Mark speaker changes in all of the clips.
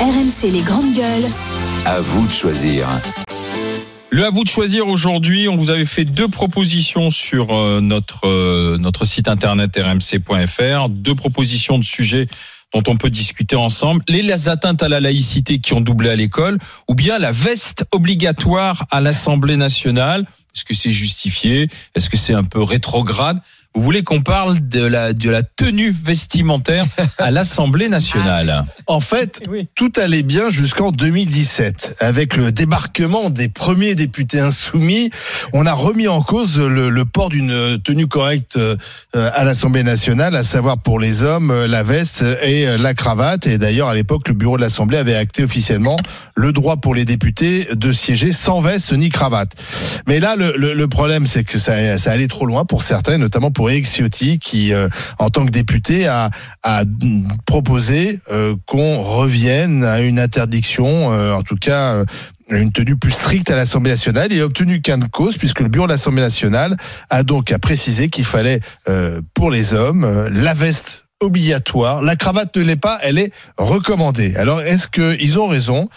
Speaker 1: RMC les grandes gueules.
Speaker 2: À vous de choisir.
Speaker 3: Le à vous de choisir aujourd'hui, on vous avait fait deux propositions sur euh, notre euh, notre site internet rmc.fr, deux propositions de sujets dont on peut discuter ensemble, les atteintes à la laïcité qui ont doublé à l'école ou bien la veste obligatoire à l'Assemblée nationale, est-ce que c'est justifié, est-ce que c'est un peu rétrograde Vous voulez qu'on parle de la de la tenue vestimentaire à l'Assemblée
Speaker 4: Ah,
Speaker 3: nationale
Speaker 5: En fait,
Speaker 3: Oui.
Speaker 5: tout allait bien jusqu'en 2017. Avec le débarquement des premiers députés insoumis, on a remis en cause le, le port d'une tenue correcte euh, à l'Assemblée nationale, à savoir pour les hommes euh, la veste et euh, la cravate. Et d'ailleurs, à l'époque, le bureau de l'Assemblée avait acté officiellement le droit pour les députés de siéger sans veste ni cravate. Mais là, le, le- le problème, c'est que ça, ça allait trop loin pour certains, et notamment pour Eric Ciotti, qui, euh, en tant que député, a, a mm, proposé euh, qu'on revienne à une interdiction, euh, en tout cas euh, à une tenue plus stricte à l'Assemblée nationale. Il a obtenu qu'un de cause, puisque le bureau de l'Assemblée nationale a donc à préciser qu'il fallait, euh, pour les hommes, euh, la veste obligatoire. La cravate ne l'est pas, elle est recommandée. Alors, est-ce qu'ils ont raison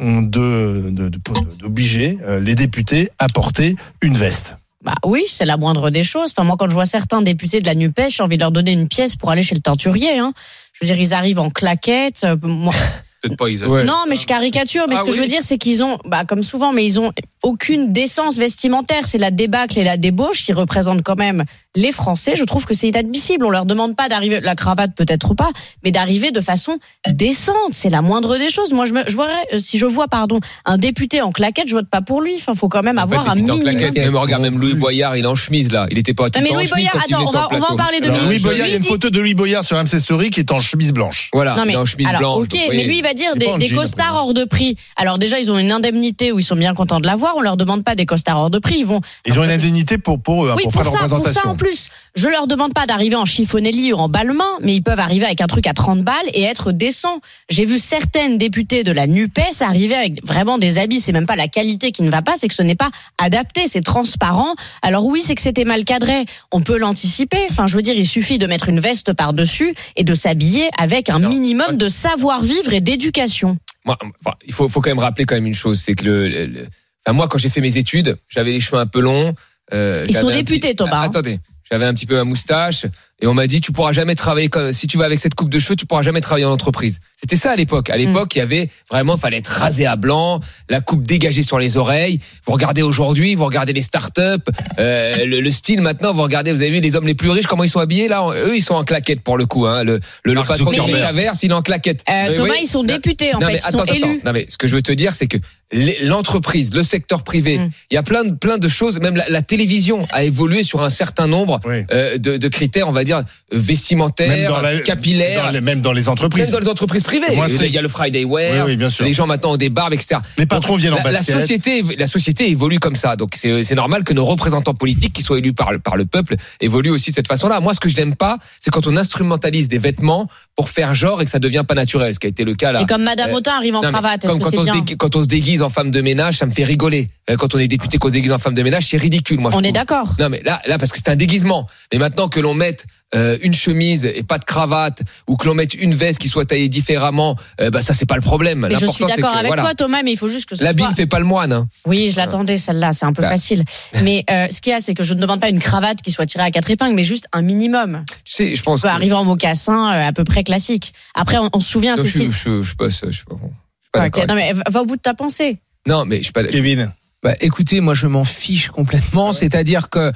Speaker 5: hum, de- de- de- d'obliger euh, les députés à porter une veste
Speaker 6: Bah oui, c'est la moindre des choses. Enfin, moi, quand je vois certains députés de la NUPES, j'ai envie de leur donner une pièce pour aller chez le teinturier. Hein. Je veux dire, ils arrivent en claquettes. euh, moi-
Speaker 4: Peut-être pas exagéré.
Speaker 6: Non, mais je caricature. Mais
Speaker 4: Ah
Speaker 6: ce que je
Speaker 4: oui.
Speaker 6: veux dire, c'est qu'ils ont, bah, comme souvent, mais ils ont aucune décence vestimentaire. C'est la débâcle et la débauche qui représentent quand même les Français. Je trouve que c'est inadmissible. On leur demande pas d'arriver, la cravate peut-être pas, mais d'arriver de façon décente. C'est la moindre des choses. Moi, je me, je voudrais- euh, si je vois, pardon, un député en claquette, je vote pas pour lui. Enfin, faut quand même
Speaker 4: En fait,
Speaker 6: avoir un
Speaker 4: il est en
Speaker 6: minimum.
Speaker 4: claquette. Même, regarde, même Louis Boyard, il est en chemise là. Il était pas tout
Speaker 6: Non,
Speaker 4: le
Speaker 6: mais
Speaker 4: temps en
Speaker 6: Louis
Speaker 4: chemise
Speaker 6: Boyard,
Speaker 4: quand il
Speaker 6: attends,
Speaker 4: est
Speaker 6: on
Speaker 4: sur
Speaker 6: va,
Speaker 4: le
Speaker 6: on va
Speaker 4: plateau.
Speaker 6: en parler de
Speaker 4: Alors,
Speaker 5: Louis
Speaker 6: minutes.
Speaker 5: Boyard, il y a une photo de Louis Boyard sur MC Story qui est en chemise blanche.
Speaker 4: Voilà,
Speaker 6: Non, mais,
Speaker 4: il est en chemise
Speaker 6: alors,
Speaker 4: blanche.
Speaker 6: ok,
Speaker 4: donc,
Speaker 6: mais
Speaker 4: oui.
Speaker 6: lui, il va dire
Speaker 5: Il est
Speaker 6: des,
Speaker 5: pas en
Speaker 6: des
Speaker 5: jean,
Speaker 6: costards
Speaker 5: après.
Speaker 6: hors de prix. Alors, déjà, ils ont une indemnité où ils sont bien contents de l'avoir. On leur demande pas des costards hors de prix. Ils vont.
Speaker 5: Ils ont une indemnité pour, pour, eux, hein,
Speaker 6: oui,
Speaker 5: pour
Speaker 6: pour,
Speaker 5: faire leur
Speaker 6: ça, pour ça, en
Speaker 5: représentation.
Speaker 6: plus. Je leur demande pas d'arriver en chiffonelli ou en balmain, mais ils peuvent arriver avec un truc à 30 balles et être décents. J'ai vu certaines députées de la NUPES arriver avec vraiment des habits. C'est même pas la qualité qui ne va pas, c'est que ce n'est pas adapté, c'est transparent. Alors oui, c'est que c'était mal cadré. On peut l'anticiper. Enfin, je veux dire, il suffit de mettre une veste par-dessus et de s'habiller avec un
Speaker 4: Non.
Speaker 6: minimum de savoir-vivre et d'éducation.
Speaker 4: Moi, enfin, il faut, faut quand même rappeler quand même une chose, c'est que le, le- le- enfin, moi, quand j'ai fait mes études, j'avais les cheveux un peu longs. euh,
Speaker 6: Ils
Speaker 4: j'avais
Speaker 6: sont
Speaker 4: un
Speaker 6: députés,
Speaker 4: petit-
Speaker 6: Thomas,
Speaker 4: Ah,
Speaker 6: hein.
Speaker 4: Attendez, j'avais un petit peu ma moustache et on m'a dit tu pourras jamais travailler comme, si tu vas avec cette coupe de cheveux, tu pourras jamais travailler en entreprise. C'était ça à l'époque. À
Speaker 6: Mm.
Speaker 4: l'époque, il y avait vraiment fallait être rasé à blanc, la coupe dégagée sur les oreilles. Vous regardez aujourd'hui, vous regardez les startups, euh, le, le style maintenant, vous regardez, vous avez vu les hommes les plus riches comment ils sont habillés là, eux ils sont en claquette pour le coup. Hein. Le, le, le
Speaker 3: Mark
Speaker 4: patron qui
Speaker 6: Zuckerberg.
Speaker 4: fait la verse, il est en claquette.
Speaker 6: Euh,
Speaker 4: Mais
Speaker 6: Thomas,
Speaker 4: oui.
Speaker 6: ils sont députés, en
Speaker 4: Non,
Speaker 6: fait.
Speaker 4: mais
Speaker 6: Ils sont
Speaker 4: attends, attends,
Speaker 6: élus.
Speaker 4: attends. Non, mais ce que je veux te dire, c'est que les- l'entreprise, le secteur privé,
Speaker 6: Mm.
Speaker 4: il y a plein de, plein de choses, même la, la télévision a évolué sur un certain nombre
Speaker 5: Oui.
Speaker 4: euh, de, de critères, on va dire, euh, vestimentaires, capillaires.
Speaker 5: dans les- même dans les entreprises.
Speaker 4: Même dans les entreprises privées.
Speaker 5: Moi, c'est-
Speaker 4: il y a le Friday Wear.
Speaker 5: Oui, oui, bien sûr.
Speaker 4: Les gens maintenant ont des barbes, etc.
Speaker 5: Les patrons viennent en
Speaker 4: la, la
Speaker 5: basket.
Speaker 4: société, la société évolue comme ça. Donc, c'est c'est normal que nos représentants politiques, qui soient élus par, le- par le peuple, évoluent aussi de cette façon-là. Moi, ce que je n'aime pas, c'est quand on instrumentalise des vêtements pour faire genre et que ça devient pas naturel, ce qui a été le cas là.
Speaker 6: Et comme Madame
Speaker 4: Euh,
Speaker 6: Autain arrive en
Speaker 4: Non, mais
Speaker 6: cravate, est-ce
Speaker 4: comme
Speaker 6: que
Speaker 4: quand
Speaker 6: c'est
Speaker 4: on, se
Speaker 6: bien
Speaker 4: dégui- quand on se déguise en femme de ménage, ça me fait rigoler. Euh, Quand on est député, qu'on se déguise en femme de ménage, c'est ridicule. Moi, je
Speaker 6: On est
Speaker 4: trouve.
Speaker 6: d'accord.
Speaker 4: Non, mais là, là, parce que c'est un déguisement. Mais maintenant que l'on mette euh, une chemise et pas de cravate, ou que l'on mette une veste qui soit taillée différemment, euh, bah ça, c'est pas le problème.
Speaker 6: Mais je
Speaker 4: L'important,
Speaker 6: suis
Speaker 4: c'est
Speaker 6: d'accord
Speaker 4: que,
Speaker 6: avec
Speaker 4: voilà,
Speaker 6: toi, Thomas, mais il faut juste que ce
Speaker 4: L'habit
Speaker 6: soit.
Speaker 4: ne fait pas le moine. hein.
Speaker 6: Oui, je l'attendais, celle-là, c'est un peu
Speaker 4: Bah.
Speaker 6: facile. Mais euh, ce qu'il y a, c'est que je ne demande pas une cravate qui soit tirée à quatre épingles, mais juste un minimum.
Speaker 4: Tu sais, je pense.
Speaker 6: On peut
Speaker 4: que-
Speaker 6: arriver en mocassin euh, à peu près classique. Après, on, on se souvient,
Speaker 4: Non, je, suis-
Speaker 6: Cécile.
Speaker 4: je- je passe, je suis pas, bon. Je suis pas
Speaker 6: Ok,
Speaker 4: d'accord.
Speaker 6: non, mais va- va au bout de ta pensée.
Speaker 4: Non, mais je suis pas.
Speaker 5: Kevin,
Speaker 7: Bah, écoutez, moi je m'en fiche complètement, c'est-à-dire que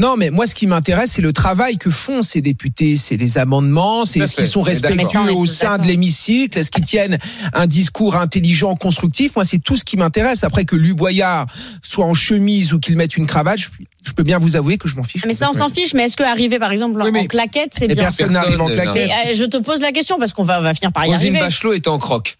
Speaker 7: non, mais moi ce qui m'intéresse, c'est le travail que font ces députés, c'est les amendements,
Speaker 4: Tout
Speaker 7: c'est
Speaker 4: à
Speaker 7: ce
Speaker 4: fait,
Speaker 7: qu'ils sont
Speaker 4: on est d'accord.
Speaker 6: Mais ça, on est
Speaker 7: respectueux au
Speaker 6: tous
Speaker 7: sein de
Speaker 6: d'accord.
Speaker 7: l'hémicycle, est-ce qu'ils tiennent un discours intelligent, constructif. Moi, c'est tout ce qui m'intéresse. Après que Luboyard soit en chemise ou qu'il mette une cravate, je, je peux bien vous avouer que je m'en fiche.
Speaker 6: Ah, Mais ça, on s'en fiche, mais est-ce que arriver, par exemple, en,
Speaker 7: Oui, mais-
Speaker 6: en claquette, c'est
Speaker 7: Et
Speaker 6: bien
Speaker 7: personne n'arrive en
Speaker 4: Personne, euh,
Speaker 7: claquette.
Speaker 6: Mais euh, je te pose la question parce qu'on va, on va finir par y
Speaker 4: Rosine
Speaker 6: arriver.
Speaker 4: Bachelot était en croque.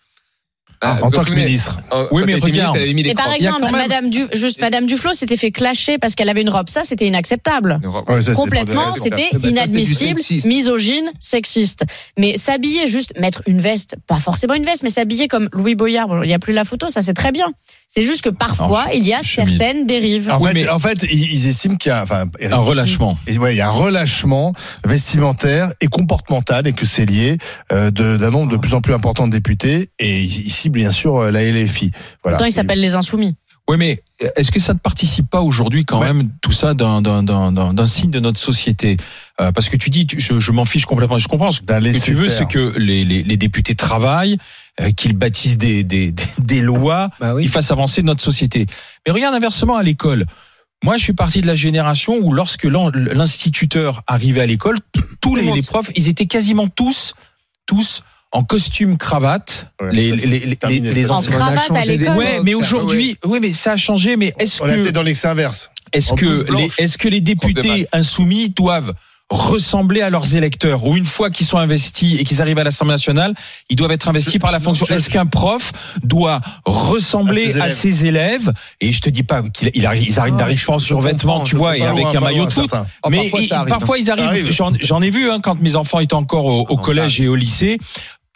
Speaker 4: Ah, vous
Speaker 5: en tant que
Speaker 4: vous souvenez
Speaker 5: ministre.
Speaker 4: En-
Speaker 3: Oui,
Speaker 4: quand
Speaker 3: mais
Speaker 4: elle était
Speaker 3: regarde.
Speaker 4: ministre, elle avait mis des
Speaker 6: Et par
Speaker 4: crocs.
Speaker 3: Il y a
Speaker 6: exemple,
Speaker 3: quand même-
Speaker 6: Madame, Du, juste, Madame Duflo s'était fait clasher parce qu'elle avait une robe. Ça, c'était inacceptable.
Speaker 4: Une robe.
Speaker 5: Ouais, ça, c'était pour des
Speaker 6: Complètement,
Speaker 5: raisons.
Speaker 6: c'était
Speaker 4: Bah, ça, c'est du
Speaker 6: inadmissible,
Speaker 4: sexisme.
Speaker 6: misogyne, sexiste. Mais s'habiller, juste mettre une veste, pas forcément une veste, mais s'habiller comme Louis Boyard, bon, il n'y a plus la photo, ça c'est très bien. C'est juste que parfois,
Speaker 3: Non,
Speaker 6: il y a
Speaker 3: chemise.
Speaker 6: certaines dérives.
Speaker 3: Ah
Speaker 5: En
Speaker 3: oui,
Speaker 5: fait,
Speaker 3: mais-
Speaker 5: en fait, ils ils estiment qu'il y a, enfin,
Speaker 3: Un relâchement.
Speaker 5: Et ouais, il y a un relâchement vestimentaire et comportemental et que c'est lié euh, de- d'un nombre de plus en plus important de députés et ici bien sûr euh, la LFI. Voilà.
Speaker 6: Pourtant, il s'appelle les insoumis.
Speaker 3: Oui, mais est-ce que ça ne participe pas aujourd'hui quand
Speaker 5: Ouais.
Speaker 3: même tout ça d'un- d'un d'un- d'un- d'un signe de notre société Euh, Parce que tu dis, tu- je, je m'en fiche complètement. Je comprends. Ce
Speaker 5: D'un
Speaker 3: que tu veux,
Speaker 5: laisser-faire.
Speaker 3: c'est que les, les, les députés travaillent, euh, qu'ils bâtissent des, des, des, des lois,
Speaker 7: Bah oui.
Speaker 3: qui fassent avancer notre société. Mais regarde inversement à l'école. Moi, je suis parti de la génération où lorsque l'en- l'instituteur arrivait à l'école, t- tous les, les profs, ils étaient quasiment tous, tous en costume cravate.
Speaker 5: Ouais,
Speaker 3: les,
Speaker 5: ça, c'est
Speaker 3: les, les,
Speaker 5: terminé,
Speaker 3: les
Speaker 5: ça. Ah,
Speaker 6: En
Speaker 3: anciens-
Speaker 7: On a
Speaker 6: cravate à
Speaker 7: changé des-
Speaker 6: l'école.
Speaker 3: Ouais, mais aujourd'hui, oui, mais ça a changé. Mais est-ce
Speaker 5: On a
Speaker 3: que
Speaker 5: peut-être dans l'excès inverse.
Speaker 3: est-ce
Speaker 4: En blouse
Speaker 3: que les
Speaker 4: blanche.
Speaker 3: est-ce que les
Speaker 4: Prof de
Speaker 3: députés insoumis doivent ressembler à leurs électeurs ou une fois qu'ils sont investis et qu'ils arrivent à l'Assemblée nationale, ils doivent être investis
Speaker 5: Je-
Speaker 3: par la
Speaker 5: je-
Speaker 3: fonction.
Speaker 5: je-
Speaker 3: Est-ce qu'un prof doit
Speaker 5: À
Speaker 3: ressembler
Speaker 5: ses
Speaker 3: à
Speaker 5: élèves.
Speaker 3: ses élèves Et je te dis pas qu'ils ils arrivent, ils arrivent
Speaker 7: Ah,
Speaker 3: d'arrive pas en
Speaker 7: je
Speaker 3: survêtement,
Speaker 7: comprends,
Speaker 3: tu
Speaker 7: je
Speaker 3: vois, et
Speaker 5: Pas
Speaker 3: avec
Speaker 5: loin,
Speaker 3: un
Speaker 5: pas
Speaker 3: maillot
Speaker 5: loin,
Speaker 3: de foot.
Speaker 5: certains.
Speaker 7: Ah,
Speaker 3: Mais
Speaker 7: parfois,
Speaker 3: ils-
Speaker 7: ça arrive.
Speaker 3: parfois, ils
Speaker 5: Ça
Speaker 3: arrivent.
Speaker 5: arrive.
Speaker 3: J'en j'en ai vu hein, quand mes enfants étaient encore au, au
Speaker 4: Ah,
Speaker 3: collège et au lycée.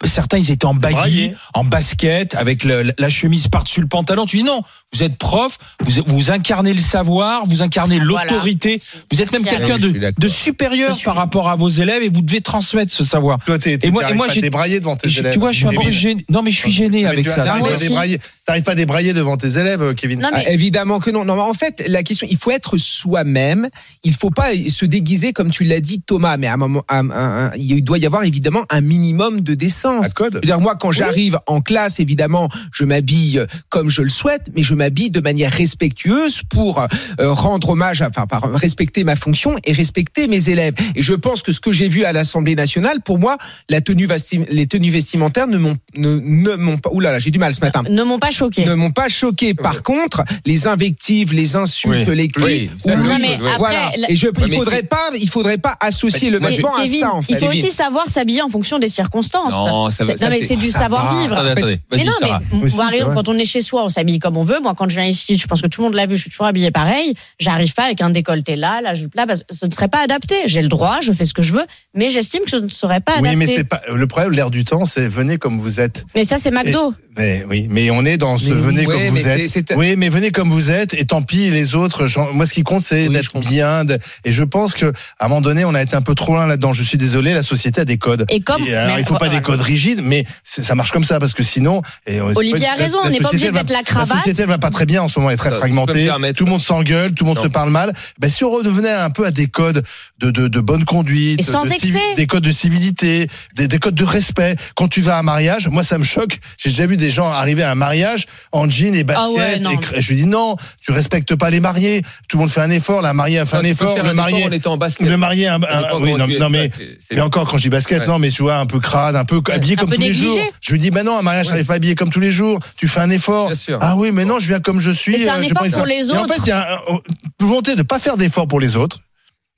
Speaker 3: Certains, ils étaient en baggy,
Speaker 5: Braillés.
Speaker 3: en basket, avec le- la chemise par-dessus le pantalon. Tu dis non, vous êtes prof, vous, vous incarnez le savoir, vous incarnez
Speaker 6: Voilà.
Speaker 3: l'autorité. Vous êtes même
Speaker 6: Social.
Speaker 3: quelqu'un
Speaker 4: Oui, je suis
Speaker 3: de,
Speaker 4: d'accord.
Speaker 3: de supérieur par rapport à vos élèves et vous devez transmettre ce savoir.
Speaker 5: Toi, t'es,
Speaker 3: Et moi- et
Speaker 5: t'arrives
Speaker 3: moi,
Speaker 5: pas à
Speaker 3: j'ai-
Speaker 5: débrailler devant tes
Speaker 3: Et je-
Speaker 5: élèves.
Speaker 3: tu vois, je suis un peu
Speaker 5: Kevin.
Speaker 3: gêné. Non, mais je suis gêné
Speaker 5: Mais
Speaker 3: avec
Speaker 5: tu
Speaker 3: ça.
Speaker 5: T'arrives
Speaker 6: Moi
Speaker 5: pas, à
Speaker 6: aussi.
Speaker 5: débrailler- t'arrives pas à débrailler devant tes élèves, euh, Kevin.
Speaker 6: Non, mais
Speaker 7: Ah, évidemment que non. Non, mais en fait, la question, il faut être soi-même. Il faut pas se déguiser comme tu l'as dit, Thomas. Mais à un moment, à un- un- un- il doit y avoir évidemment un minimum de décence.
Speaker 5: Un code.
Speaker 7: Je veux dire, moi, quand j'arrive en classe, évidemment, je m'habille euh, comme je le souhaite, mais je m'habille de manière respectueuse pour euh, rendre hommage, à- enfin, par- respecter ma fonction et respecter mes élèves. Et je pense que ce que j'ai vu à l'Assemblée nationale, pour moi, la tenue vesti- les tenues vestimentaires ne m'ont ne, ne m'ont pas. Ouh là là, j'ai du mal ce matin
Speaker 6: ne m'ont pas choqué.
Speaker 7: ne m'ont pas choqué. Par contre, les invectives, les insultes,
Speaker 5: Oui.
Speaker 7: les cris,
Speaker 4: Oui, ça,
Speaker 7: ou-
Speaker 4: c'est
Speaker 6: Non,
Speaker 4: autre
Speaker 6: mais
Speaker 4: chose, ouais.
Speaker 6: après,
Speaker 7: voilà.
Speaker 6: la-
Speaker 7: Et je,
Speaker 4: Ouais,
Speaker 7: il
Speaker 4: mais-
Speaker 7: faudrait pas, il faudrait pas associer le
Speaker 4: Moi, je-
Speaker 7: vêtement à
Speaker 6: Kevin,
Speaker 7: ça en fait.
Speaker 6: il faut
Speaker 4: Kevin.
Speaker 6: aussi savoir s'habiller en fonction des circonstances.
Speaker 4: Non, ça veut-
Speaker 6: non
Speaker 4: ça,
Speaker 6: mais
Speaker 4: c'est-
Speaker 6: c'est du
Speaker 4: Ah,
Speaker 6: savoir-vivre.
Speaker 3: Attendez, attendez.
Speaker 6: Mais
Speaker 3: Vas-y,
Speaker 6: non,
Speaker 3: Sarah.
Speaker 6: mais
Speaker 5: Oui, si,
Speaker 6: par
Speaker 5: c'est
Speaker 6: exemple,
Speaker 5: vrai.
Speaker 6: quand on est chez soi, on s'habille comme on veut. Moi, quand je viens ici, je pense que tout le monde l'a vu, je suis toujours habillée pareil. J'arrive pas avec un décolleté là, la jupe là, parce que ce ne serait pas adapté. J'ai le droit, je fais ce que je veux, mais j'estime que ce ne serait pas adapté.
Speaker 5: Oui, mais c'est pas le problème. L'air du temps, c'est venez comme vous êtes.
Speaker 6: Mais ça, c'est McDo.
Speaker 5: Mais oui, mais on est dans ce venez
Speaker 4: ouais,
Speaker 5: comme
Speaker 4: mais
Speaker 5: vous êtes.
Speaker 4: c'est- c'est-
Speaker 5: Oui, mais venez comme vous êtes et tant pis les autres. j'en- Moi, ce qui compte, c'est
Speaker 3: Oui, je
Speaker 5: d'être
Speaker 3: comprends.
Speaker 5: bien. de- Et je pense que à un moment donné, on a été un peu trop loin là-dedans. Je suis désolé, la société a des codes.
Speaker 6: Et comme-
Speaker 5: Et, alors,
Speaker 6: mais-
Speaker 5: il faut pas
Speaker 6: voilà.
Speaker 5: des codes rigides, mais c'est- ça marche comme ça parce que sinon. Et, on-
Speaker 6: Olivier a
Speaker 5: la-
Speaker 6: raison,
Speaker 5: la
Speaker 6: on n'est pas
Speaker 5: société,
Speaker 6: obligé de
Speaker 5: elle va-
Speaker 6: mettre la
Speaker 5: La
Speaker 6: cravate.
Speaker 5: société elle va pas très bien en ce moment. Elle est très
Speaker 4: Euh, si je peux
Speaker 5: fragmentée.
Speaker 4: me permettre.
Speaker 5: Tout le monde s'engueule, tout le monde
Speaker 4: Non.
Speaker 5: se parle mal. Ben, si on redevenait un peu à des codes de, de, de bonne conduite,
Speaker 6: Et sans
Speaker 5: de civi-
Speaker 6: excès.
Speaker 5: des codes de civilité, des, des codes de respect. Quand tu vas à un mariage, moi ça me choque. J'ai déjà vu des gens arriver à un mariage en jean et basket.
Speaker 6: Ah ouais, non.
Speaker 5: et cr- et je lui dis non, tu respectes pas les mariés. Tout le monde fait un effort. La mariée a fait
Speaker 4: Enfin,
Speaker 5: un
Speaker 4: tu peux
Speaker 5: effort.
Speaker 4: faire
Speaker 5: Le
Speaker 4: un
Speaker 5: marié,
Speaker 4: effort en étant en basket.
Speaker 5: le marié, a un-
Speaker 4: Ça dépend
Speaker 5: un- oui,
Speaker 4: comment
Speaker 5: non,
Speaker 4: tu es,
Speaker 5: non,
Speaker 4: tu
Speaker 5: mais.
Speaker 4: vois, c'est- c'est-
Speaker 5: Mais encore, quand je dis basket,
Speaker 4: Ouais.
Speaker 5: non, mais tu vois, un peu crade, un peu habillé
Speaker 6: Un
Speaker 5: comme
Speaker 6: peu
Speaker 5: tous les
Speaker 6: négligé.
Speaker 5: jours. Je lui dis, bah non, un mariage,
Speaker 4: Ouais.
Speaker 5: ça n'est pas habillé comme tous les jours. Tu fais un effort.
Speaker 4: Bien sûr.
Speaker 5: Ah oui, mais non, je viens comme je suis.
Speaker 6: Mais c'est un
Speaker 5: euh, je
Speaker 6: effort
Speaker 5: prends une
Speaker 6: pour
Speaker 5: fois.
Speaker 6: les
Speaker 5: Et en
Speaker 6: autres.
Speaker 5: fait, il y a euh, volonté de ne pas faire d'effort pour les autres.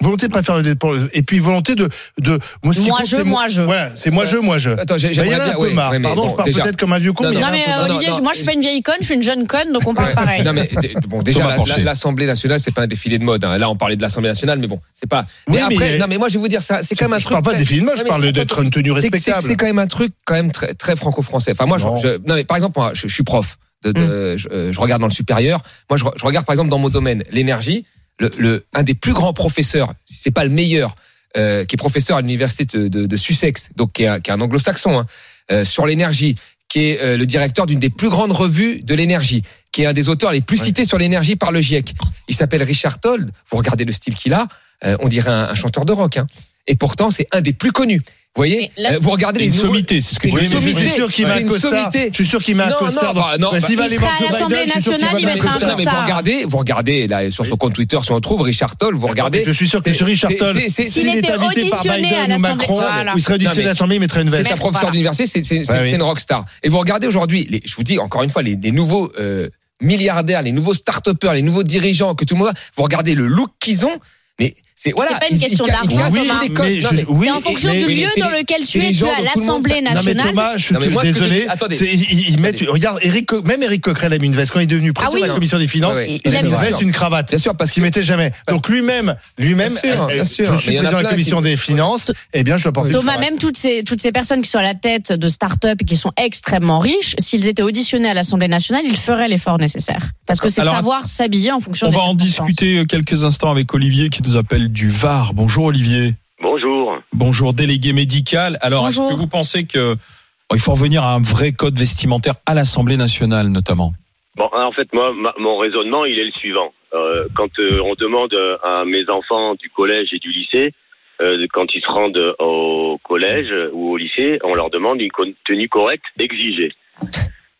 Speaker 5: Volonté de pas faire d'effort. pour les autres. Et puis volonté de. de moi, ce qui
Speaker 6: Moi,
Speaker 5: compte,
Speaker 6: je,
Speaker 5: c'est
Speaker 6: moi, je.
Speaker 5: Voilà, c'est moi,
Speaker 4: Ouais.
Speaker 5: je, moi, je.
Speaker 4: Attends, j'ai-
Speaker 5: Bah,
Speaker 4: j'aimerais
Speaker 5: il y en a un
Speaker 4: bien-
Speaker 5: peu
Speaker 4: oui,
Speaker 5: marre.
Speaker 4: oui, mais
Speaker 5: Pardon,
Speaker 4: bon,
Speaker 5: je parle
Speaker 4: déjà.
Speaker 5: peut-être comme un vieux con,
Speaker 4: Non,
Speaker 5: mais il y en
Speaker 6: Non
Speaker 5: a
Speaker 6: mais
Speaker 5: un peu
Speaker 6: euh,
Speaker 5: marre.
Speaker 4: non,
Speaker 6: Olivier,
Speaker 4: non,
Speaker 6: moi
Speaker 4: non,
Speaker 6: je suis pas une vieille conne, je suis une jeune conne, donc on parle
Speaker 4: Ouais.
Speaker 6: pareil.
Speaker 4: Non, mais d- bon, déjà,
Speaker 3: Thomas
Speaker 4: la-
Speaker 3: Porcher.
Speaker 4: la- l'Assemblée nationale, c'est pas un défilé de mode. hein. Là, on parlait de l'Assemblée nationale, mais bon, c'est pas. Mais
Speaker 5: Oui, mais
Speaker 4: après,
Speaker 5: il y a-
Speaker 4: non, mais moi, je vais vous dire ça. C'est quand même un
Speaker 5: Je
Speaker 4: truc.
Speaker 5: parle pas
Speaker 4: très-
Speaker 5: des films,
Speaker 4: Non,
Speaker 5: je
Speaker 4: mais-
Speaker 5: parle d'être une tenue
Speaker 4: C'est que- c'est que C'est
Speaker 5: respectable.
Speaker 4: quand même un truc quand même très, très franco-français. Enfin moi, je,
Speaker 5: Non.
Speaker 4: je- non, mais par exemple, moi, je, je suis prof. De, de- je, euh, je regarde dans le supérieur. Moi, je, re- je regarde par exemple dans mon domaine l'énergie. Le, le- un des plus grands professeurs, si c'est pas le meilleur, euh, qui est professeur à l'université de, de- de Sussex, donc qui est un, qui est un anglo-saxon, hein, euh, sur l'énergie, qui est euh, le directeur d'une des plus grandes revues de l'énergie, qui est un des auteurs les plus cités sur l'énergie par le GIEC. Il s'appelle Richard Told. Vous regardez le style qu'il a, euh, on dirait un, un chanteur de rock. Hein. Et pourtant, c'est un des plus connus. Vous voyez,
Speaker 6: Mais là,
Speaker 4: Euh, vous regardez les
Speaker 3: Une
Speaker 4: nouveaux-
Speaker 3: sommité, c'est ce que
Speaker 4: Une
Speaker 3: tu
Speaker 5: Oui,
Speaker 3: dis.
Speaker 5: mais je
Speaker 4: sommité.
Speaker 5: suis sûr qu'il met
Speaker 4: C'est
Speaker 5: un
Speaker 4: une
Speaker 5: costard.
Speaker 4: sommité.
Speaker 5: Je suis sûr qu'il met
Speaker 4: Non,
Speaker 5: un
Speaker 4: non,
Speaker 5: costard. dans-
Speaker 4: bah, non,
Speaker 5: Bah,
Speaker 4: bah,
Speaker 5: s'il va
Speaker 6: il
Speaker 5: aller
Speaker 6: sera
Speaker 5: voir
Speaker 6: à
Speaker 5: Joe
Speaker 6: l'Assemblée
Speaker 5: Biden, je suis sûr qu'il
Speaker 6: nationale,
Speaker 5: va
Speaker 6: il
Speaker 5: mettre un
Speaker 6: mettra un
Speaker 5: costard.
Speaker 4: Non, mais vous
Speaker 6: costard.
Speaker 4: regardez, vous regardez là sur son compte Twitter, si on le trouve Richard Toll, vous regardez.
Speaker 5: Je suis sûr que
Speaker 4: C'est-
Speaker 5: sur Richard
Speaker 4: c'est-
Speaker 5: Toll,
Speaker 4: c'est- c'est-
Speaker 6: S'il
Speaker 5: s'il est
Speaker 6: était
Speaker 5: invité par
Speaker 6: auditionné à
Speaker 5: Biden ou
Speaker 6: l'Assemblée-
Speaker 5: Macron,
Speaker 6: Voilà.
Speaker 5: il serait
Speaker 4: Non,
Speaker 5: auditionné
Speaker 4: mais-
Speaker 5: à l'Assemblée, il mettrait une
Speaker 4: C'est
Speaker 5: veste.
Speaker 4: sa professeure
Speaker 6: Voilà.
Speaker 4: d'université, c'est- c'est c'est-
Speaker 5: Ouais,
Speaker 4: c'est
Speaker 5: oui.
Speaker 4: une rockstar. Et vous regardez aujourd'hui, les- je vous dis encore une fois, les, les nouveaux euh, milliardaires, les nouveaux start-upers, les nouveaux dirigeants que tout le monde a, vous regardez le look qu'ils ont, mais C'est voilà,
Speaker 6: pas une
Speaker 4: ils-
Speaker 6: question
Speaker 4: ils ca- ils
Speaker 6: d'argent,
Speaker 4: cassent
Speaker 6: Thomas.
Speaker 4: tous les codes.
Speaker 5: Mais
Speaker 4: Non,
Speaker 5: je-
Speaker 4: mais-
Speaker 5: oui,
Speaker 6: c'est en fonction
Speaker 5: mais-
Speaker 6: du
Speaker 4: mais
Speaker 6: lieu
Speaker 4: les-
Speaker 6: dans lequel tu
Speaker 4: les
Speaker 6: es. Tu
Speaker 4: gens
Speaker 6: es
Speaker 4: dont tout
Speaker 6: à
Speaker 4: le monde
Speaker 6: l'Assemblée
Speaker 4: sait-
Speaker 5: Non mais
Speaker 6: nationale.
Speaker 5: Thomas, je suis
Speaker 4: Non, mais moi, ce que je
Speaker 5: désolé.
Speaker 4: dis- attendez.
Speaker 5: C'est- Ils, ils mettent, regarde, Eric, Co- même Eric Coquerel a mis une veste quand il est devenu président
Speaker 6: Ah oui.
Speaker 5: de la commission des finances.
Speaker 4: Ouais, ouais.
Speaker 5: Il a mis une
Speaker 4: Bien
Speaker 5: veste,
Speaker 4: sûr.
Speaker 5: une cravate.
Speaker 4: Bien sûr, parce
Speaker 5: Ce qu'il
Speaker 4: que
Speaker 5: mettait jamais. Donc lui-même, lui-même,
Speaker 4: Bien sûr,
Speaker 5: euh,
Speaker 4: bien sûr.
Speaker 5: je
Speaker 4: Mais
Speaker 5: suis
Speaker 4: il y en a
Speaker 5: président de la
Speaker 4: plein
Speaker 5: commission
Speaker 4: qui-
Speaker 5: des finances. Eh bien, je dois porter.
Speaker 6: Thomas,
Speaker 5: une cravate.
Speaker 6: même toutes ces, toutes ces personnes qui sont à la tête de start-up et qui sont extrêmement riches, s'ils étaient auditionnés à l'Assemblée nationale, ils feraient l'effort nécessaire. Parce que c'est
Speaker 3: Alors,
Speaker 6: savoir s'habiller en fonction
Speaker 3: On
Speaker 6: des
Speaker 3: va en
Speaker 6: circonstances.
Speaker 3: discuter euh, quelques instants avec Olivier qui nous appelle du Var. Bonjour Olivier.
Speaker 1: Bonjour.
Speaker 3: Bonjour délégué médical. Alors est-ce
Speaker 6: Bonjour.
Speaker 3: que vous pensez que bon, il faut revenir à un vrai code vestimentaire à l'Assemblée nationale notamment
Speaker 1: Bon, en fait, moi, ma- mon raisonnement, il est le suivant. Euh, quand euh, on demande euh, à mes enfants du collège et du lycée, euh, quand ils se rendent au collège ou au lycée, on leur demande une con- tenue correcte exigée.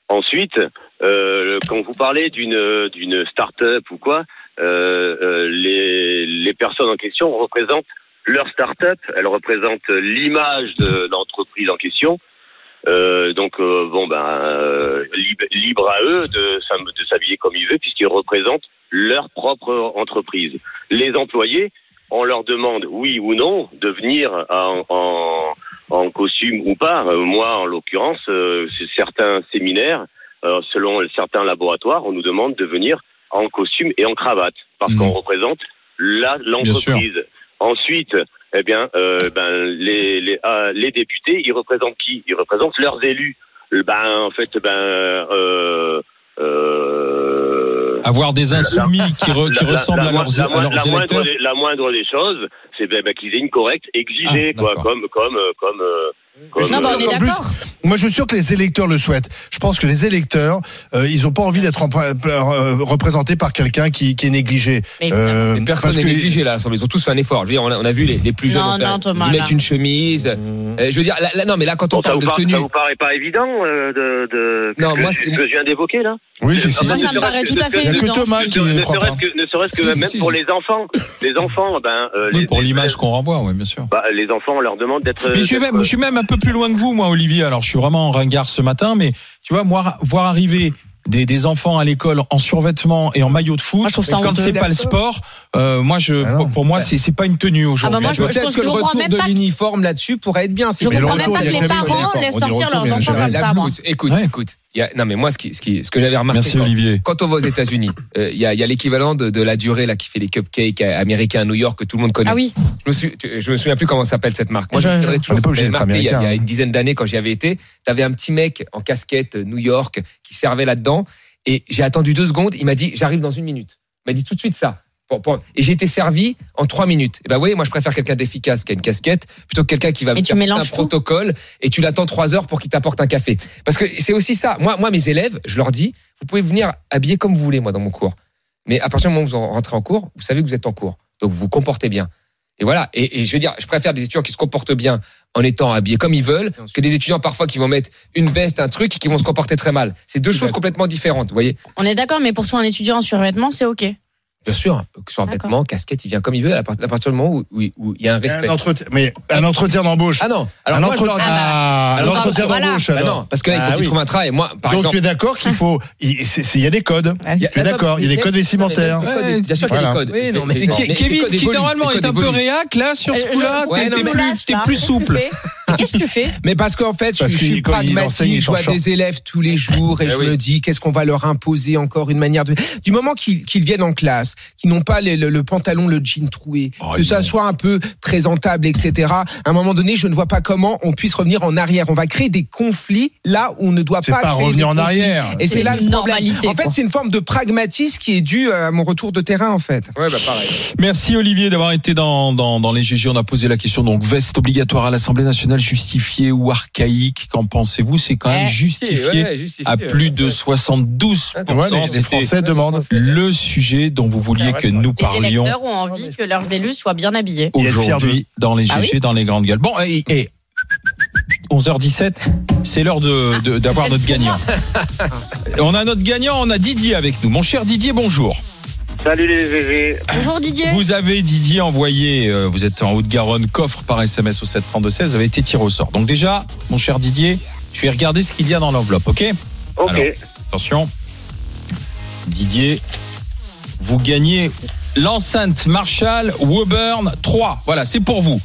Speaker 1: Ensuite, euh, quand vous parlez d'une euh, d'une start-up ou quoi, euh, euh, les, les personnes en question représentent leur start-up, elles représentent l'image de l'entreprise en question. Euh, donc euh, bon ben euh, libre, libre à eux de, s'hab- de s'habiller comme ils veulent puisqu'ils représentent leur propre entreprise. Les employés, on leur demande oui ou non de venir en, en- en costume ou pas. Euh, Moi en l'occurrence, euh, c'est certains séminaires, euh, selon certains laboratoires, on nous demande de venir en costume et en cravate parce
Speaker 3: Mhm.
Speaker 1: qu'on représente la l'entreprise. Ensuite, eh bien, euh, ben, les, les, ah, les députés, ils représentent qui Ils représentent leurs élus. Euh, Ben, en fait, ben, euh, euh,
Speaker 3: Avoir des insoumis qui, re- qui
Speaker 1: la- la-
Speaker 3: ressemblent
Speaker 1: la-
Speaker 3: à leurs,
Speaker 1: la-
Speaker 3: à leurs
Speaker 1: la moindre
Speaker 3: électeurs.
Speaker 1: des, la moindre des choses, c'est ben, ben, qu'ils aient une correcte exigée,
Speaker 3: Ah,
Speaker 1: quoi,
Speaker 3: d'accord.
Speaker 1: comme, comme, euh, comme, euh, comme.
Speaker 6: Non, mais
Speaker 1: euh,
Speaker 6: on est
Speaker 5: En plus,
Speaker 6: d'accord.
Speaker 5: Moi, je suis sûr que les électeurs le souhaitent. Je pense que les électeurs, euh, ils ont pas envie d'être empr- euh, représentés par quelqu'un qui, qui est négligé.
Speaker 6: Mais
Speaker 5: Euh,
Speaker 4: Mais personne
Speaker 5: parce
Speaker 4: n'est
Speaker 5: que-
Speaker 4: négligé là, à l'Assemblée. Ils ont tous fait un effort. Je veux dire, on a, on a vu les, les plus jeunes
Speaker 6: Non,
Speaker 4: ont fait-
Speaker 6: non, Thomas,
Speaker 4: ils
Speaker 6: là.
Speaker 4: mettent une chemise.
Speaker 5: Mmh.
Speaker 4: Euh, je veux dire, là, là, non, mais là, quand on
Speaker 1: bon, ça,
Speaker 4: parle
Speaker 1: vous
Speaker 4: de
Speaker 1: par-
Speaker 4: tenue,
Speaker 1: ça vous paraît pas évident euh, de, de
Speaker 4: Non,
Speaker 1: que,
Speaker 4: moi,
Speaker 1: ce
Speaker 4: c'est-
Speaker 1: que je viens d'évoquer là
Speaker 5: Oui, c'est
Speaker 6: Moi, ça me
Speaker 1: Ne
Speaker 6: paraît
Speaker 1: serait-ce
Speaker 6: tout à
Speaker 1: que-
Speaker 6: fait
Speaker 5: Il n'y a que
Speaker 6: évident.
Speaker 5: Thomas qui ne
Speaker 1: ne
Speaker 5: croit pas.
Speaker 1: serait-ce que, ne serait-ce que
Speaker 4: Si, si,
Speaker 1: même
Speaker 4: si,
Speaker 1: pour
Speaker 4: je-
Speaker 1: les enfants, les enfants, ben euh,
Speaker 3: Oui,
Speaker 1: les-
Speaker 3: pour
Speaker 1: les-
Speaker 3: l'image qu'on renvoie, oui, bien sûr.
Speaker 1: Bah, les enfants, on leur demande d'être.
Speaker 3: Mais je suis,
Speaker 1: Euh, d'être-
Speaker 3: même, je suis même un peu plus loin que vous, moi, Olivier. Alors, je suis vraiment en ringard ce matin, mais tu vois, moi, voir arriver des, des enfants à l'école en survêtement et en maillot de foot,
Speaker 6: Moi, je trouve ça
Speaker 3: comme
Speaker 6: honteux.
Speaker 3: c'est pas le sport, euh, moi, je,
Speaker 5: Ah non.
Speaker 3: pour, pour moi, c'est c'est pas une tenue aujourd'hui.
Speaker 6: Ah bah moi, je-
Speaker 7: Peut-être
Speaker 6: pense
Speaker 7: que
Speaker 6: que je
Speaker 7: le
Speaker 6: comprends
Speaker 7: retour
Speaker 6: même
Speaker 7: de
Speaker 6: pas que-
Speaker 7: l'uniforme là-dessus pourrait être bien.
Speaker 6: Je
Speaker 5: Mais
Speaker 6: comprends
Speaker 5: le
Speaker 6: même
Speaker 5: retour,
Speaker 6: pas que
Speaker 5: il y a
Speaker 6: les
Speaker 5: jamais eu
Speaker 6: parents euh,
Speaker 5: d'uniforme.
Speaker 6: laissent
Speaker 5: On dit retour, mais il
Speaker 6: sortir
Speaker 5: y
Speaker 6: leurs
Speaker 5: a
Speaker 6: enfants
Speaker 5: jamais
Speaker 6: comme
Speaker 5: eu
Speaker 6: ça, moi.
Speaker 4: écoute, écoute,
Speaker 3: Ouais.
Speaker 4: écoute. Il y a- non, mais moi, ce, qui, ce, qui, ce que j'avais remarqué.
Speaker 3: Merci,
Speaker 4: quand-
Speaker 3: Olivier.
Speaker 4: Quand on va aux États-Unis, euh, il y a, il y a l'équivalent de, de la durée là qui fait les cupcakes euh, américains à New York que tout le monde connaît.
Speaker 6: Ah oui,
Speaker 4: je, me suis- tu- je me souviens plus comment s'appelle cette marque. Moi, je,
Speaker 5: Je-
Speaker 4: me souviendrai
Speaker 5: on
Speaker 4: toujours.
Speaker 5: n'est pas obligé
Speaker 4: j'avais
Speaker 5: d'être
Speaker 4: marqué il y a-
Speaker 5: américain,
Speaker 4: Il y a
Speaker 5: hein.
Speaker 4: une dizaine d'années quand j'y avais été, t'avais un petit mec en casquette euh, New York qui servait là-dedans et j'ai attendu deux secondes. Il m'a dit j'arrive dans une minute. Il m'a dit Bah, tout de suite ça. Pour- pour- Et j'ai été servi en trois minutes. Et ben, vous voyez, moi, je préfère quelqu'un d'efficace qui a une casquette plutôt que quelqu'un qui va
Speaker 6: Et
Speaker 4: me
Speaker 6: tu
Speaker 4: faire un
Speaker 6: mélanges tout.
Speaker 4: protocole et tu l'attends trois heures pour qu'il t'apporte un café. Parce que c'est aussi ça. Moi, moi, mes élèves, je leur dis, vous pouvez venir habiller comme vous voulez, moi, dans mon cours. Mais à partir du moment où vous en- rentrez en cours, vous savez que vous êtes en cours. Donc, vous vous comportez bien. Et voilà. Et, et je veux dire, je préfère des étudiants qui se comportent bien en étant habillés comme ils veulent que des étudiants parfois qui vont mettre une veste, un truc et qui vont se comporter très mal. C'est deux choses complètement différentes, vous voyez.
Speaker 6: on est d'accord, mais pour soi, un étudiant en survêtement, c'est OK.
Speaker 4: Bien sûr, que sur un
Speaker 6: D'accord.
Speaker 4: vêtement, casquette, il vient comme il veut à part- à partir du moment où, où- où il y a un respect.
Speaker 5: Un entretien, mais un entretien d'embauche.
Speaker 4: Ah non.
Speaker 5: un,
Speaker 4: moi, je leur
Speaker 5: entretien-
Speaker 4: dis-
Speaker 5: Ah, un
Speaker 6: Alors,
Speaker 5: entretien
Speaker 6: voilà.
Speaker 5: d'embauche.
Speaker 4: Bah
Speaker 5: alors.
Speaker 4: non, parce que là, il faut
Speaker 5: Ah
Speaker 4: que tu
Speaker 5: oui.
Speaker 4: trouves un travail. Moi, par
Speaker 5: Donc
Speaker 4: exemple.
Speaker 5: tu es d'accord qu'il faut, il c'est- c'est- il y a des codes.
Speaker 4: Il y a-
Speaker 5: Tu es d'accord, il y a des
Speaker 4: même-
Speaker 5: codes
Speaker 4: non, mais
Speaker 5: vestimentaires.
Speaker 4: même ces codes, Bien sûr qu'il y a des
Speaker 5: Voilà.
Speaker 4: codes.
Speaker 7: Oui, non, mais-
Speaker 4: Effectivement.
Speaker 7: Ke-
Speaker 4: les
Speaker 3: Kevin,
Speaker 4: codes
Speaker 3: qui
Speaker 4: évoluent,
Speaker 3: normalement
Speaker 4: les codes
Speaker 3: est un peu
Speaker 4: évoluent.
Speaker 3: réac, là, sur ce
Speaker 6: Euh,
Speaker 3: coup-là,
Speaker 6: je-
Speaker 7: ouais,
Speaker 3: t'es-
Speaker 7: non,
Speaker 3: t'es
Speaker 7: mais-
Speaker 3: plus, t'es plus souple.
Speaker 6: Qu'est-ce que tu fais
Speaker 7: Mais parce qu'en fait,
Speaker 5: Parce
Speaker 7: je,
Speaker 5: que
Speaker 7: suis
Speaker 5: quand il enseigne, il
Speaker 7: pragmatique,
Speaker 5: est
Speaker 7: je vois
Speaker 5: en short.
Speaker 7: des élèves tous les jours et
Speaker 4: Eh
Speaker 7: je
Speaker 4: oui.
Speaker 7: me dis qu'est-ce qu'on va leur imposer encore une manière de. Du moment qu'ils qu'ils viennent en classe, qu'ils n'ont pas les- le, le pantalon, le jean troué,
Speaker 3: Oh,
Speaker 7: que ça
Speaker 3: non.
Speaker 7: soit un peu présentable, etc. À un moment donné, je ne vois pas comment on puisse revenir en arrière. On va créer des conflits là où on ne doit
Speaker 5: C'est
Speaker 7: pas.
Speaker 5: pas
Speaker 7: créer
Speaker 5: revenir
Speaker 7: des
Speaker 5: en
Speaker 7: conflits.
Speaker 5: arrière.
Speaker 7: Et c'est
Speaker 6: C'est
Speaker 7: là
Speaker 6: une
Speaker 7: le problème.
Speaker 6: normalité,
Speaker 7: En fait,
Speaker 6: quoi.
Speaker 7: c'est une forme de pragmatisme qui est due euh, à mon retour de terrain, en fait.
Speaker 4: Ouais, bah pareil.
Speaker 3: Merci Olivier d'avoir été dans, dans, dans les GG. On a posé la question donc veste obligatoire à l'Assemblée nationale justifiée ou archaïque. Qu'en pensez-vous C'est quand même
Speaker 6: Eh,
Speaker 3: justifié
Speaker 4: Ouais, justifié,
Speaker 3: à
Speaker 4: ouais.
Speaker 3: plus de 72
Speaker 4: Ouais,
Speaker 5: euh, Ouais, les, les
Speaker 3: C'était
Speaker 5: Français Ah demandent.
Speaker 3: le sujet dont vous vouliez que nous
Speaker 6: Les
Speaker 3: parlions
Speaker 6: électeurs ont envie que leurs élus soient bien habillés.
Speaker 5: Et être fiers
Speaker 3: aujourd'hui dans les GG,
Speaker 6: Ah oui
Speaker 3: dans les grandes gueules. Bon, et, et 11h17, c'est l'heure de- de- d'avoir notre gagnant. on a notre gagnant, on a Didier avec nous. Mon cher Didier, bonjour.
Speaker 1: Salut les VV.
Speaker 6: Bonjour Didier.
Speaker 3: Vous avez, Didier, envoyé, euh, vous êtes en Haute-Garonne, coffre par SMS au 732-16, vous avez été tiré au sort. Donc déjà, mon cher Didier, je vais regarder ce qu'il y a dans l'enveloppe, ok
Speaker 1: Ok.
Speaker 3: Alors. Attention. Didier, vous gagnez l'enceinte Marshall Woburn 3. Voilà, c'est pour vous.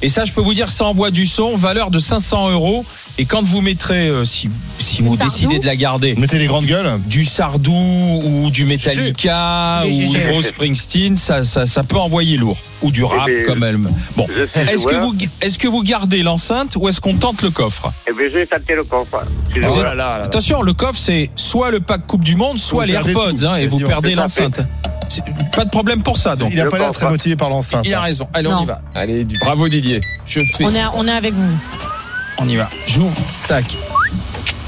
Speaker 3: Et ça, je peux vous dire, ça envoie du son, valeur de 500 euros. Et quand vous mettrez, euh, si, si vous
Speaker 6: Sardou
Speaker 3: décidez de la garder,
Speaker 5: Mettez les grandes gueules.
Speaker 3: du Sardou ou du Metallica
Speaker 6: Gégé.
Speaker 3: ou
Speaker 6: Gégé.
Speaker 3: Bruce Springsteen, ça, ça, ça peut envoyer lourd. Ou du rap,
Speaker 1: ben,
Speaker 3: quand même. Bon.
Speaker 1: Je suis
Speaker 3: Est-ce que,
Speaker 1: joueur.
Speaker 3: vous, est-ce que vous gardez l'enceinte ou est-ce qu'on tente le coffre
Speaker 1: Eh ben, je vais tenter le coffre. Je suis
Speaker 5: Ah
Speaker 3: Vous
Speaker 5: Oh
Speaker 1: joueur.
Speaker 3: êtes- Attention, le coffre, c'est soit le pack Coupe du Monde, soit
Speaker 5: Vous
Speaker 3: les
Speaker 5: perdez
Speaker 3: AirPods,
Speaker 5: tout,
Speaker 3: hein, et vous
Speaker 5: quasiment.
Speaker 3: perdez
Speaker 1: Tout à fait.
Speaker 3: l'enceinte. C'est- Pas de problème pour ça, donc.
Speaker 5: Il n'a
Speaker 1: Je
Speaker 5: pas l'air
Speaker 1: pense
Speaker 5: très
Speaker 1: pas.
Speaker 5: motivé par l'enceinte.
Speaker 3: Il a raison. Allez, on
Speaker 6: Non.
Speaker 3: y va.
Speaker 4: Allez, du bravo Didier.
Speaker 3: Je fais
Speaker 6: On est, on est avec vous.
Speaker 3: On y va. J'ouvre, tac.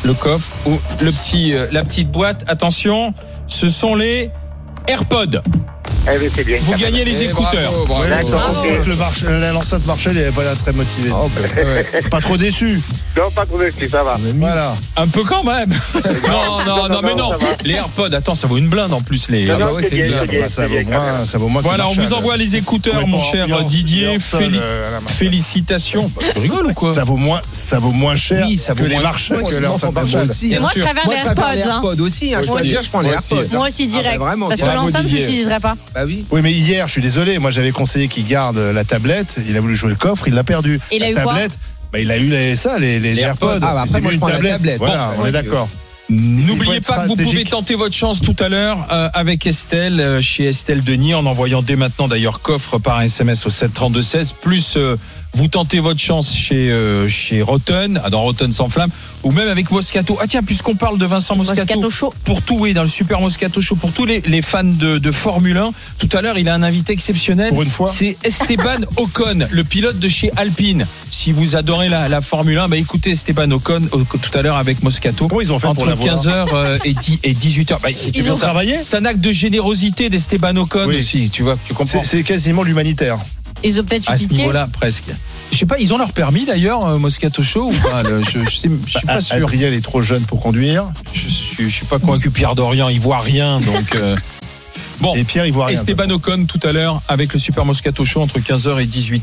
Speaker 3: Le coffre ou le petit, euh, la petite boîte. Attention, ce sont les AirPods.
Speaker 1: Eh ben, c'est bien.
Speaker 3: Vous
Speaker 5: Ah,
Speaker 1: ça va.
Speaker 3: gagnez les
Speaker 4: Eh,
Speaker 3: écouteurs.
Speaker 4: bravo, bravo.
Speaker 1: D'accord.
Speaker 5: On sent que le Marche- euh, L'enceinte Marshall, il n'avait pas l'air très motivé.
Speaker 4: Oh, bah, ouais.
Speaker 5: Pas trop déçu.
Speaker 1: Non, pas trouvé, si ça va.
Speaker 5: Voilà.
Speaker 3: Un peu quand même.
Speaker 5: Eh,
Speaker 3: non, non,
Speaker 1: Non,
Speaker 3: non,
Speaker 1: non,
Speaker 3: mais
Speaker 1: non,
Speaker 3: non.
Speaker 1: ça va.
Speaker 3: Les AirPods, attends, ça vaut une blinde en plus les. euh,
Speaker 1: Non,
Speaker 4: bah
Speaker 1: non,
Speaker 4: ouais,
Speaker 1: c'est
Speaker 4: c'est
Speaker 1: bien,
Speaker 4: bien.
Speaker 1: c'est bien,
Speaker 5: Bah, ça
Speaker 1: c'est
Speaker 5: vaut
Speaker 1: bien, quand
Speaker 5: moins,
Speaker 1: même.
Speaker 5: ça vaut moins que
Speaker 3: Voilà, on
Speaker 5: Marshall.
Speaker 3: vous envoie les
Speaker 5: On
Speaker 3: écouteurs,
Speaker 5: est
Speaker 3: mon
Speaker 5: pas en
Speaker 3: cher
Speaker 5: ambiance,
Speaker 3: Didier.
Speaker 5: ambiance seule,
Speaker 3: Féli-
Speaker 5: euh, à la Marshall.
Speaker 3: Félicitations. Bah, tu rigoles ou quoi
Speaker 5: Ça vaut moins, ça vaut moins cher
Speaker 3: Oui, ça vaut
Speaker 5: que les
Speaker 3: moins-
Speaker 5: marches,
Speaker 7: Moi,
Speaker 5: que
Speaker 7: c'est
Speaker 5: l'enceinte
Speaker 7: moi,
Speaker 5: Marshall.
Speaker 7: aussi. hein.
Speaker 3: Bien
Speaker 6: moi,
Speaker 3: sûr.
Speaker 6: je préfère
Speaker 7: Moi,
Speaker 6: les
Speaker 7: je préfère les
Speaker 6: AirPods. hein.
Speaker 7: AirPods aussi. hein.
Speaker 4: Moi,
Speaker 7: Je peux
Speaker 4: aussi.
Speaker 7: dire, je prends les
Speaker 3: Moi aussi.
Speaker 7: AirPods.
Speaker 6: Moi aussi, direct.
Speaker 7: Ah bah vraiment,
Speaker 6: parce que
Speaker 7: c'est
Speaker 4: un
Speaker 6: l'ensemble, je
Speaker 4: modifié.
Speaker 6: l'utiliserai pas.
Speaker 7: Bah oui.
Speaker 5: Oui, mais hier, je suis désolé. Moi, j'avais conseillé qu'il garde la tablette. Il a voulu jouer le coffre, il l'a perdu.
Speaker 6: Et il a
Speaker 5: la
Speaker 6: eu quoi
Speaker 5: tablette, bah, il a eu les, ça, les, les
Speaker 3: Les
Speaker 5: AirPods.
Speaker 3: AirPods.
Speaker 7: Ah, bah,
Speaker 5: Il
Speaker 7: après,
Speaker 5: s'est
Speaker 7: moi,
Speaker 5: mis
Speaker 7: je prends la tablette.
Speaker 5: Voilà,
Speaker 7: Bon,
Speaker 5: on est
Speaker 7: ouais.
Speaker 5: d'accord.
Speaker 3: N'oubliez
Speaker 5: Il faut être
Speaker 3: pas que vous pouvez
Speaker 5: stratégique.
Speaker 3: tenter votre chance tout à l'heure euh, avec Estelle, euh, chez Estelle Denis, en envoyant dès maintenant d'ailleurs coffre par SMS au 732-16, plus euh, vous tentez votre chance chez, euh, chez Rotten, ah, dans Rotten sans flamme, ou même avec Moscato. Ah tiens, puisqu'on parle de Vincent Moscato,
Speaker 6: Moscato chaud.
Speaker 3: pour tout, oui, dans le Super Moscato Show, pour tous les, les fans de, de Formule 1, tout à l'heure, il a un invité exceptionnel.
Speaker 5: Pour une fois.
Speaker 3: C'est Esteban Ocon, le pilote de chez Alpine. Si vous adorez la, la Formule 1, bah écoutez Esteban Ocon euh, tout à l'heure avec Moscato.
Speaker 5: Comment ils ont fait pour
Speaker 3: Entre
Speaker 5: l'avoir
Speaker 3: 15h et, 10, et 18h. Bah, c'est
Speaker 5: Ils
Speaker 3: c'est
Speaker 5: ont travaillé
Speaker 3: C'est un acte de générosité d'Esteban Ocon
Speaker 5: Oui.
Speaker 3: aussi, tu vois, tu comprends
Speaker 5: C'est c'est quasiment l'humanitaire.
Speaker 6: Ils ont peut-être
Speaker 3: à ce
Speaker 6: piqué.
Speaker 3: niveau-là presque. Je sais pas, ils ont leur permis d'ailleurs euh, Moscato Show ou pas le- Je, je, sais- je suis
Speaker 5: Ah,
Speaker 3: pas sûr.
Speaker 5: Adrien est trop jeune pour conduire.
Speaker 3: Je, je- je suis pas convaincu Pierre Dorian, il voit rien donc. euh, Bon.
Speaker 5: Et Pierre, il voit rien.
Speaker 3: Esteban Ocon tout à l'heure avec le Super Moscato Show entre 15h et 18h.